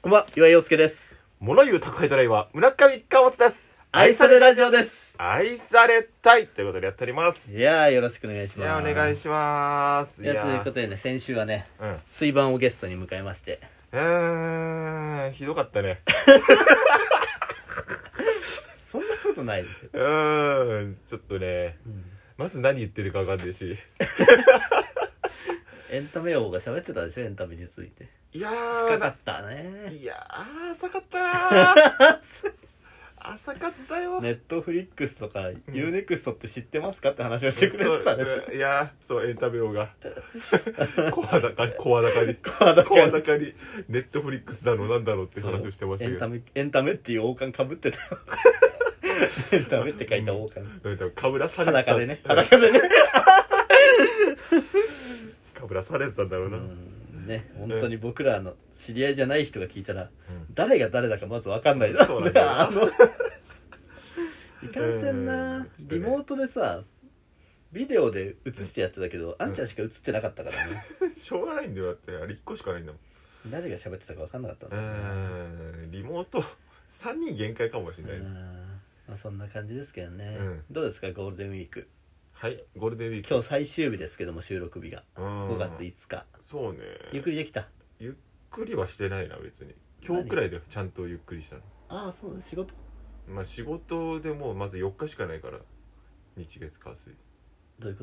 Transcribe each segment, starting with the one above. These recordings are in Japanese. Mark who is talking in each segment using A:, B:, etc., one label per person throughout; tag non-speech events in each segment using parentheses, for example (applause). A: こんばんは、岩井陽介です。
B: 物言う宅配ドライバー、村上貨物です。
A: 愛されラジオです。
B: 愛されたいということでやっております。い
A: いやー、よろしくお願いします。
B: やー、お願いします。
A: いや、ということ
B: で。
A: でね、先週はね、
B: うん。う
A: 水盤をゲストに迎えまして、
B: ーん、ひどかったね。
A: そんなことないですよ。
B: うーん、ちょっとね、まず何言ってるかわかんないし。
A: エンタメ王が喋ってたでしょ、エンタメについて。
B: いや
A: 深
B: ー、
A: か
B: な
A: ったね。
B: いやー、浅かったなー。浅かったよ。
A: ネットフリックスとか、ユーネクストって知ってますかって話をしてくれてたでし
B: そういやーそうエンタメ
A: (laughs)
B: 王が小裸に小裸に
A: ょ。まだ
B: 小裸にネットフリックスだのなんだろうって話をしてました
A: エ
B: け
A: ン
B: ど
A: タメ、エンタメっていう王冠かぶってた
B: (laughs)
A: よ。エンタメって書いた王冠。
B: うん、でもかぶらされてた
A: 裸でね、裸でね。
B: かぶらされてたんだろうな、
A: うんね本当に僕らの知り合いじゃない人が聞いたら、
B: ん
A: 誰が誰だかまず分かんないだ
B: そ
A: ろうね
B: うなんだよ
A: (laughs)
B: な
A: あのいかんせんな、
B: うん
A: リモートでさビデオで映してやってたけど、あんちゃんしか映ってなかったからね
B: しょうがないんだよだってあれ1個しかないんだもん
A: 誰が喋ってたか分かんなかったんだ
B: う
A: よね
B: んリモート3人限界かもしれない、
A: うんまあ、そんな感じですけどね、
B: うん
A: どうですかゴールデンウィーク
B: はいゴールデンウィーク
A: 今日最終日ですけども収録日が
B: 5
A: 5月5日、
B: そうね
A: ゆっくりできた
B: ゆっくりはしてないな別に今日くらいでちゃんとゆっくりしたの
A: ああそうだ仕事
B: まあ仕事でもうまず4日しかないから日月火水
A: どういう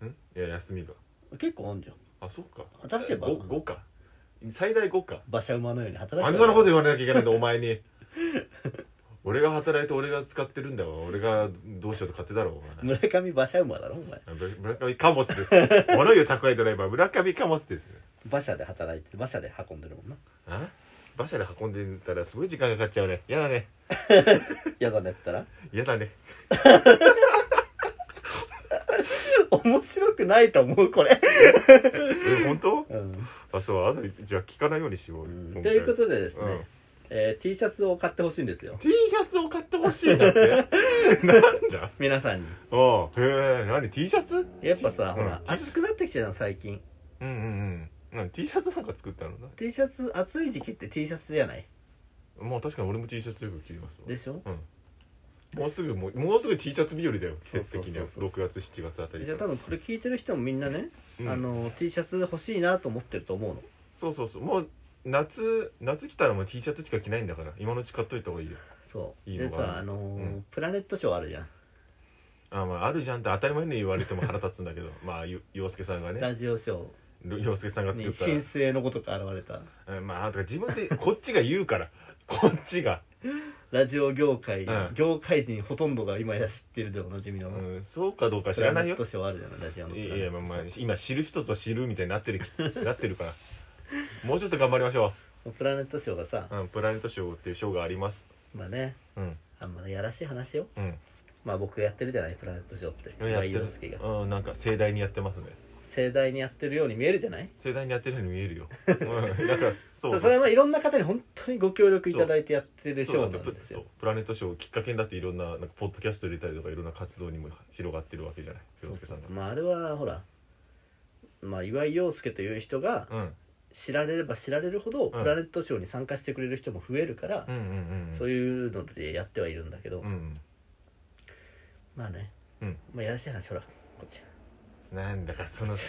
A: こ
B: んいや休みが
A: と結構あんじゃん
B: あそっか
A: 働けば
B: 5, か最大5か
A: 馬車馬のように働いて
B: なんでそんなこと言われなきゃいけないんだお前に俺が働いて俺が使ってるんだわ俺がどうしようと勝手だろお前
A: 村上馬車馬だろお前
B: ぶ村上貨物です物言う宅配ドライバー村上貨物です
A: 馬車で働いて馬車で運んでるもんな
B: あ馬車で運んでたらすごい時間がかかっちゃうね嫌だね
A: やだねったら
B: 嫌だね
A: 面白くないと思うこれ、
B: え本当
A: うん
B: あそうあとじゃあ聞かないようにしよう、今
A: と
B: 回
A: いうことでですね、
B: うん
A: えー T シャツを買ってほしいんですよ
B: T シャツを買ってほしいなんてなんだ
A: 皆さんに
B: おうへえ何 T シャツ
A: やっぱさ、ほら
B: T シャ
A: 暑くなってきてるの最近
B: ツうんうんうんなん T シャツなんか作ったのな
A: T シャツ暑い時期って T シャツじゃない
B: まあ確かに俺も T シャツよく着りますわ
A: でしょ
B: うんもうすぐもうもうすぐ T シャツ日和だよ季節的には
A: そうそう
B: 6月7月あたり
A: じゃあ多分これ聞いてる人もみんなね、
B: うん
A: あの T シャツ欲しいなと思ってると思うの
B: そうそうそうもう夏夏来たらもう T シャツしか着ないんだから今のうち買っといた方がいいよ
A: そう
B: いいの
A: で
B: かな
A: さあのー
B: うん
A: プラネットショーあるじゃん、
B: あまああるじゃんって当たり前に言われても腹立つんだけど (laughs) まあゆ洋介さんがね
A: ラジオショ
B: 洋介さんが
A: ー
B: 作
A: に
B: った
A: 新生のごとく現れた
B: ら、うん、まああとか自分でこっちが言うから (laughs) こっちが、
A: ラジオ業界、
B: うん
A: 業界人ほとんどが今や知ってるでおなじみの、
B: うん、そうかどうか知らないよ
A: プラネットショーあるじゃないラジオの
B: いやいやまあまあ今知る人ぞ知るみたいになってる (laughs) なってるからもうちょっと頑張りましょ
A: プラネットショーがさ
B: う、うん、プラネットショーっていうショーがあります
A: まあね
B: うん
A: あんまやらしい話よ
B: うん
A: まあ僕がやってるじゃないプラネットショーって
B: やって
A: 岩井
B: る
A: 陽介が
B: うんなんか盛大にやってますね
A: 盛大にやってるように見えるじゃない
B: 盛大にやってるように見
A: (laughs)
B: えるよ、うん、だから
A: そ
B: そうそう
A: れはまあいろんな方に本当にご協力いただいてやってるシ
B: そう
A: ョ
B: だっ
A: ー
B: て
A: なん
B: プ
A: です
B: そう
A: よ
B: プラネットショーをきっかけにだっていろんななんかポッドキャスト入れたりとかいろんな活動にも広がってるわけじゃない
A: そ
B: 洋
A: う
B: 介
A: そ
B: さ
A: うんそ
B: が
A: うまああれはほらまあ岩井陽介という人が
B: うん
A: 知られれば知られるほどプラネットショーに参加してくれる人も増えるから、
B: うんうんうん
A: そう
B: い
A: いうのでやってはいるんだけど、
B: うん
A: まあね、
B: うん
A: まあやらしい話ほらこっち
B: なんだかそのね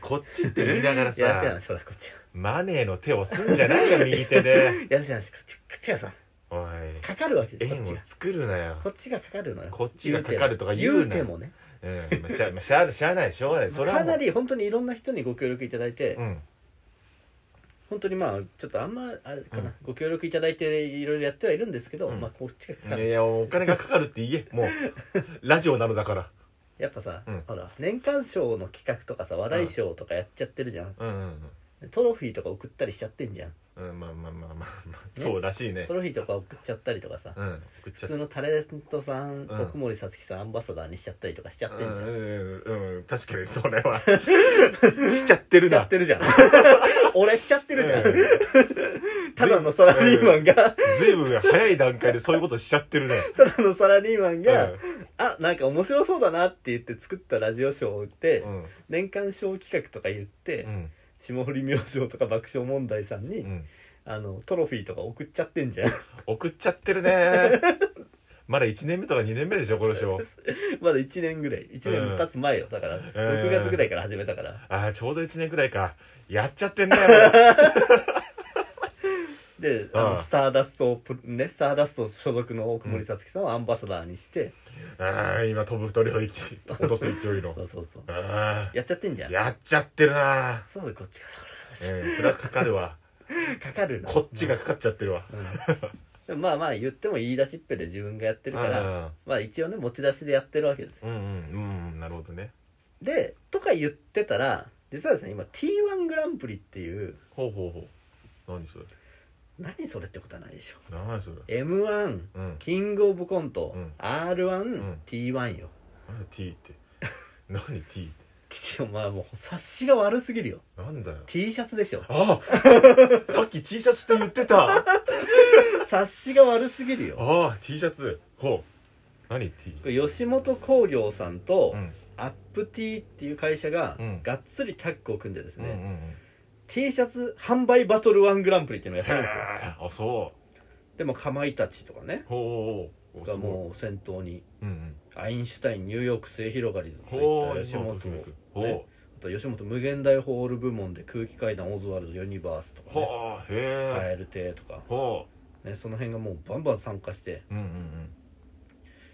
B: こっちって見な
A: や
B: がら
A: (laughs) らしい
B: さ
A: 話ほらこっち
B: マネーの手をすんじゃないよ右
A: (laughs)
B: 手で
A: やらしい話こっちこっちがさ
B: おい
A: かかるわけでこ
B: 円
A: っ
B: を
A: ちが
B: 作るなよ
A: こっちがかかるのよ
B: こっちがかかるとか言う
A: 言
B: な
A: うてもね
B: うんまあしゃまあしゃあしゃあないしょうがないそれは
A: か
B: も
A: な
B: う
A: り本当にいろんな人にご協力いただいて、
B: うん
A: 本当にまあちょっとあんまあれかな、
B: うん
A: ご協力いただいていろいろやってはいるんですけど、
B: うん
A: まあこっちがかか
B: いや
A: る、
B: いやお金がかかるって言えもう
A: (laughs)
B: ラジオなのだから
A: やっぱさ、
B: うん
A: ほら年間賞の企画とかさ話題賞とかやっちゃってるじゃん、
B: うんうん
A: トロフィーとか送ったりしちゃってんじゃん
B: うんうんまあまあまあまあまあそうらしいね
A: トロフィーとか送っちゃったりとかさ、
B: うん送
A: 普
B: っちゃった
A: 通のタレントさん、
B: うん
A: 奥森さつきさんアンバサダーにしちゃったりとかしちゃってんじゃん、
B: うんうんうん確かにそれはしちゃってる
A: しちゃ
B: な
A: ってる
B: (laughs)
A: じゃん俺しちゃってるじゃん、
B: うん
A: ただのサラリーマンが、
B: ずいぶん早い段階でそういうことしちゃってるね
A: (laughs) ただのサラリーマン
B: う
A: が、あなんか面白そうだなって言って作ったラジオショーを売って、
B: ん
A: 年間賞企画とか言って、
B: うん
A: 霜降り明星とか爆笑問題さんに、
B: うん
A: あのトロフィーとか送っちゃってんじゃ (laughs) ん
B: 送っちゃってるねまだ1年目とか2年目でしょこの人
A: まだ1年ぐらい1年経つ前よだから6月ぐらいから始めたから
B: ああちょうど1年くらいかやっちゃってんだよ
A: であ
B: うん
A: のスターダストをプ、ね、スターダスト所属の奥森さつきさんをアンバサダーにして、
B: ああ今飛ぶ鳥を息落とす勢いの
A: そうそうそう
B: あ
A: やっちゃってんじゃ
B: あ
A: ん
B: やっちゃってるな
A: そうだこっちが (laughs) そ
B: うんそれはかかるわ
A: れかかるな
B: こっちがかかっちゃってるわ
A: うんでもまあまあ言っても言い出しっぺで自分がやってるから、
B: あ
A: まあ一応ね持ち出しでやってるわけです
B: あ
A: よ
B: うんうんうんうんなるほどね
A: でとか言ってたら実はですね今 t 1グランプリっていう
B: ほうほうほう何それ
A: 何それってことはないでしょ
B: 何それ
A: m 1
B: うん
A: キングオブコント、
B: うん
A: r 1、
B: ん
A: t 1よ
B: 何 T って何 T って
A: お前もう察しが悪すぎるよ
B: なんだよ
A: T シャツでしょ
B: ああさっき T シャツって言ってたあ
A: 察しが悪すぎるよ
B: あ T シャツほう何 T
A: 吉本興業さんと
B: うん
A: アップティーっていう会社が
B: うん
A: がっつりタッグを組んでです
B: うんう
A: ね、
B: んうん
A: T シャツ販売バトルワングランプリっていうのをやってるんですよ
B: へーあそ
A: でもかまいたちとかね
B: うほうほうほうお
A: が
B: すごい
A: もう先頭に
B: うんうん
A: アインシュタインニューヨーク末広がりずと
B: ほ
A: いった
B: う
A: 吉
B: 今
A: 本
B: ときめくほう
A: ねあと吉本無限大ホール部門で空気階段オズワルドユニバースとか、ね、
B: ほうへえ
A: 蛙亭とか、
B: ほ
A: ね、その辺がもうバンバン参加して
B: ううんうん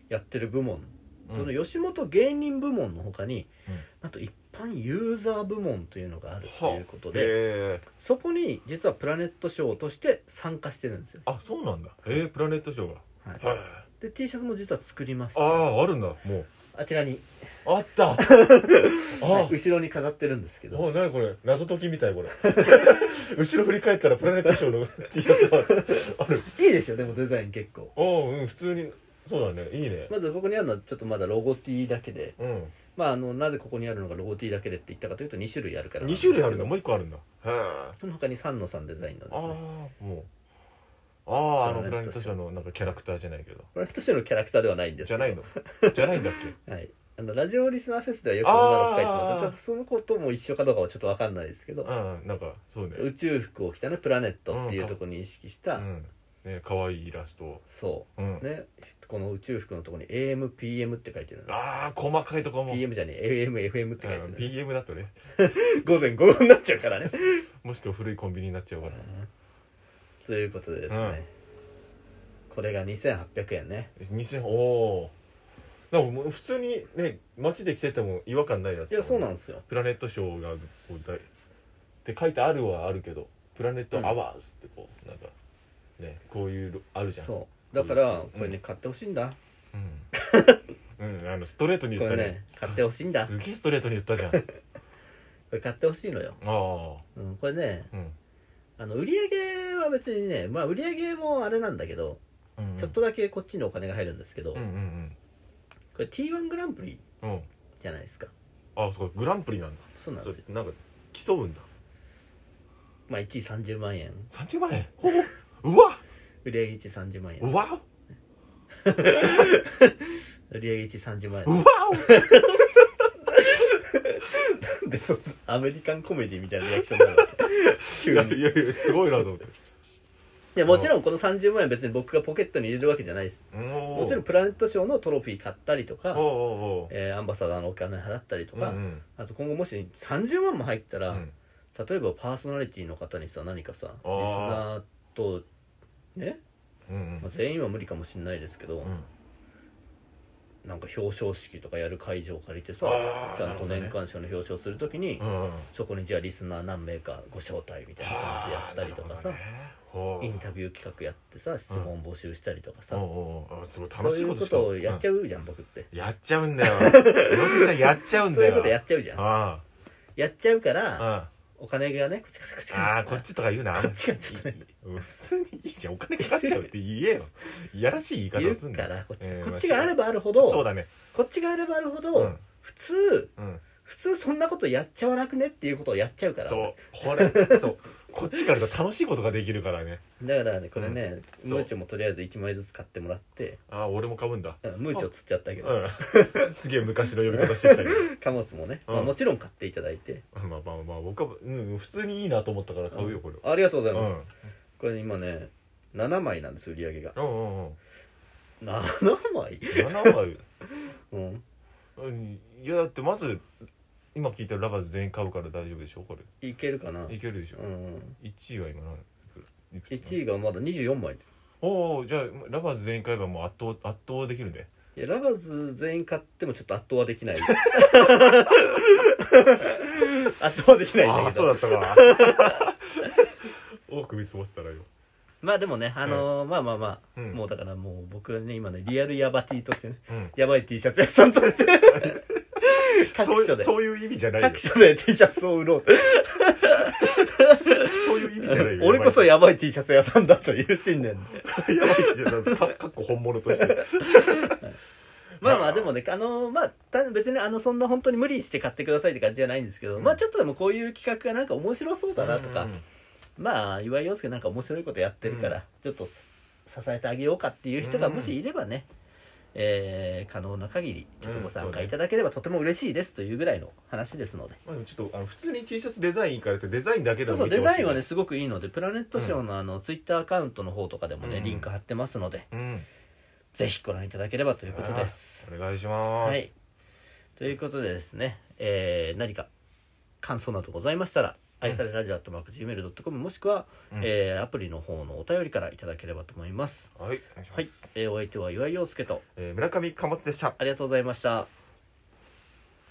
A: やってる部門、
B: うん
A: そうの
B: ん
A: 吉本芸人部門の他に、
B: うん
A: なんと一般ユーザー部門というのがあるということで、
B: へえ
A: そこに実はプラネットショーとして参加してるんですよ、
B: あそうなんだへえプラネットショーが
A: はい
B: はい
A: で T シャツも実は作りまし
B: あ
A: た
B: ああるんだもう
A: あちらに、
B: あった
A: (laughs)
B: あ
A: はい
B: あ
A: 後ろに飾ってるんですけど
B: おなにこれ謎解きみたいこれ (laughs) 後ろ振り返ったらプラネットショーの (laughs) T シャツがある
A: いいでしょでもデザイン結構
B: おうん普通にそうだねいいね
A: まずここにあるのはちょっとまだロゴ T だけで
B: うん
A: まああのなぜここにあるのがロゴ T だけでって言ったかというと2種類あるから
B: 2種類あるんだ
A: も
B: もう1個あるんだへえ
A: その他に三野さんデザインのです
B: ああ
A: ね
B: もうあああの
A: プ
B: プ
A: ラ
B: ラ
A: ネット
B: ネット
A: シ
B: シ
A: ョ
B: ョ
A: ー
B: ーのなんかキャラクターじゃないけど
A: プラネットショーのキャラクターではないんです
B: じ
A: け
B: ゃ
A: ど
B: ないのじゃないんだっけ
A: はいあのラジオリスナーフェスではよく女の子がいてます
B: あー
A: ただその子とも一緒かどうかはちょっと分かんないですけど
B: うんなんかそうね
A: 宇宙服を着たねプラネットっていうところに意識し
B: う
A: た、
B: んね可愛いイラスト
A: そ
B: うん
A: うねこの宇宙服のところに AMPM って書いてるの
B: ああ細かいとこも
A: PM じゃねえ AMFM って書いて
B: うん
A: る
B: PM だとね
A: 午前午後になっちゃうからね
B: もしくは古いコンビニになっちゃうから
A: ということでですね、これが2800円ね
B: 2000おおでももう普通にね街で着てても違和感ないやつ
A: いやそうなん
B: の
A: ですよ
B: プラネットショーがこうだいって書いてあるはあるけどプラネットアワーズってこう、なんかねこういうのあるじゃん
A: そうだからこれね買ってほしいんだ
B: うん、うん、あのストレートに言った
A: これね買ってほしいんだ
B: すげえストレートに
A: (laughs)
B: 言ったじゃんあ
A: これ買ってほしいのよ、
B: あ
A: うん、これね
B: うん、
A: あの売り上げは別にねまあ売り上げもあれなんだけど、
B: うん、
A: ちょっとだけこっちにお金が入るんですけど、
B: うん
A: こ
B: うん
A: れ T1 グランプリ
B: うんうん
A: じゃないですか
B: あそうかグランプリなんだ
A: そうなん
B: そ
A: で
B: う
A: すよ
B: なんか競うんだ
A: まあ1位30万円
B: 30万円ほぼうわ
A: 売り上げ1位30万円
B: うわ
A: 売り上げ1位30万
B: う
A: 円
B: わ
A: なんでそんなアメリカンコメディみ (laughs) たいなリアクションなの
B: い
A: (laughs) 急
B: や
A: に
B: いやいやすごいなと思って
A: でもちろんこの30万円別に僕がポケットに入れるわけじゃないです
B: も
A: もちろんプラネットショーのトロフィー買ったりと
B: おう
A: か、
B: おうおう
A: えーアンバサダーのお金払ったりとか、
B: うんうん
A: あと今後もし30万も入った
B: う
A: ら、
B: ん
A: 例えばパーソナリティの方にさ何かさリス
B: あ
A: ナ
B: ー
A: ーとね、
B: うんうん
A: まあ、全員は無理かもしれないですけど、
B: うん
A: なんか表彰式とかやる会場を借りてさ
B: あー
A: ちゃんと
B: なるほどね
A: 年間賞の表彰するときに、
B: うんうん
A: そこにじゃあリスナー何名かご招待みたいな感じでや
B: は
A: っ
B: あ
A: たりとかさ、
B: なるほどねほう
A: インタビュー企画やってさ質問募集したりとかさ、
B: おうおうおうあすごい
A: そう
B: 楽し
A: い
B: いうこと
A: こ
B: しか
A: とをやっち
B: ゃ
A: ゃうじゃん、僕って
B: うんやっちゃうんだよ洋介ちゃんやっちゃうん
A: そう
B: だ
A: い
B: よ
A: うことやっちゃうじゃん
B: あ
A: やっちゃうから、
B: あ
A: お金がねこっちこっちこっち
B: ああこっちとか言うなあんま
A: こっちがちょっとね
B: うん普通にいいじゃんお金かかっちゃうって言えよいやらしい言い
A: い
B: 方を
A: る
B: すんだ
A: からこっち,、
B: えー
A: こっちがあればあるほど
B: そうだね
A: こっちがあればあるほど、
B: うん
A: 普通
B: うん
A: 普通そんなことやっちゃわなくねっていうことをやっちゃうから
B: そうこれそうこっちからだと楽しいことができるからね
A: だからねこれね、
B: うん
A: ムーチョもとりあえず1枚ずつ買ってもらって
B: ああ俺も買うんだ
A: うんムーチョつっちゃったけど、
B: うん (laughs) すげえ昔の呼び方してきたけど (laughs)
A: 貨物もね、
B: うん
A: まあ、もちろん買っていただいて、
B: まあまあまあ僕は、うん、普通にいいなと思ったから買うよこれ
A: ありがとうございます、
B: は
A: これ今ね7枚なんです売り上げ
B: (laughs)
A: が
B: うんうんうん
A: 7枚
B: 7枚
A: うん
B: うんいやだってまず今聞いてるラバーズ全員買うから大丈夫でしょこれ
A: いけるかなう
B: いけるでしょ、
A: ん
B: 一1位は今何いくつ
A: 1位がまだ24枚
B: おおじゃあラバーズ全員買えばもう圧倒圧倒できるね
A: いやラバーズ全員買ってもちょっと圧倒はできない
B: (laughs)
A: 圧倒はできないんだけ
B: あ
A: ど
B: あそうだったか (laughs) 多く見積もってたらよ
A: まあでもねあのーまあまあまあ、
B: うん
A: もうだからもう僕はね今ねリアルヤバ T としてね
B: うん
A: ヤバい T シャツ屋さんと
B: (laughs)
A: して各
B: そう
A: 所で
B: そういう意味じゃないよ
A: 各所で T シャツを売
B: (laughs)
A: ろう
B: そういう意味じゃないよ
A: 俺こそヤバい T シャツ屋さんだという信念で
B: やばいじゃんか (laughs) かっこ本物として
A: まあまあでもねあのーまあた別にあのそんな本当に無理して買ってくださいって感じじゃないんですけど、
B: うん
A: まあちょっとでもこういう企画がなんか面白そうだなとか、
B: うん
A: まあ岩井陽介なんか面白いことやってるから、ちょっと支えてあげようかっていう人がもしいればね、えー可能な限りちょっとご
B: うん
A: 参
B: そう
A: 加
B: ね
A: いただければとても嬉しいですというぐらいの話ですので、
B: まあでもちょっとあの普通に T シャツデザインいいからってデザインだけで
A: そう
B: も
A: そう
B: 見て
A: デ
B: ほし
A: ザ
B: い
A: インはねすごくいいのでプラネットショーのあのツイッターアカウントの方とかでもね、
B: うん
A: リンク貼ってますので
B: うん
A: ぜひご覧いただければということです
B: お願いします
A: はいということでですね、えー何か感想などございましたら愛されラジオットマーク Gmail.com もしくは、
B: うん
A: えーアプリの方のお便りからいただければと思います
B: はいお願いします
A: はい、えーお相手は岩井陽介と
B: えー村上貨物でした
A: ありがとうございました。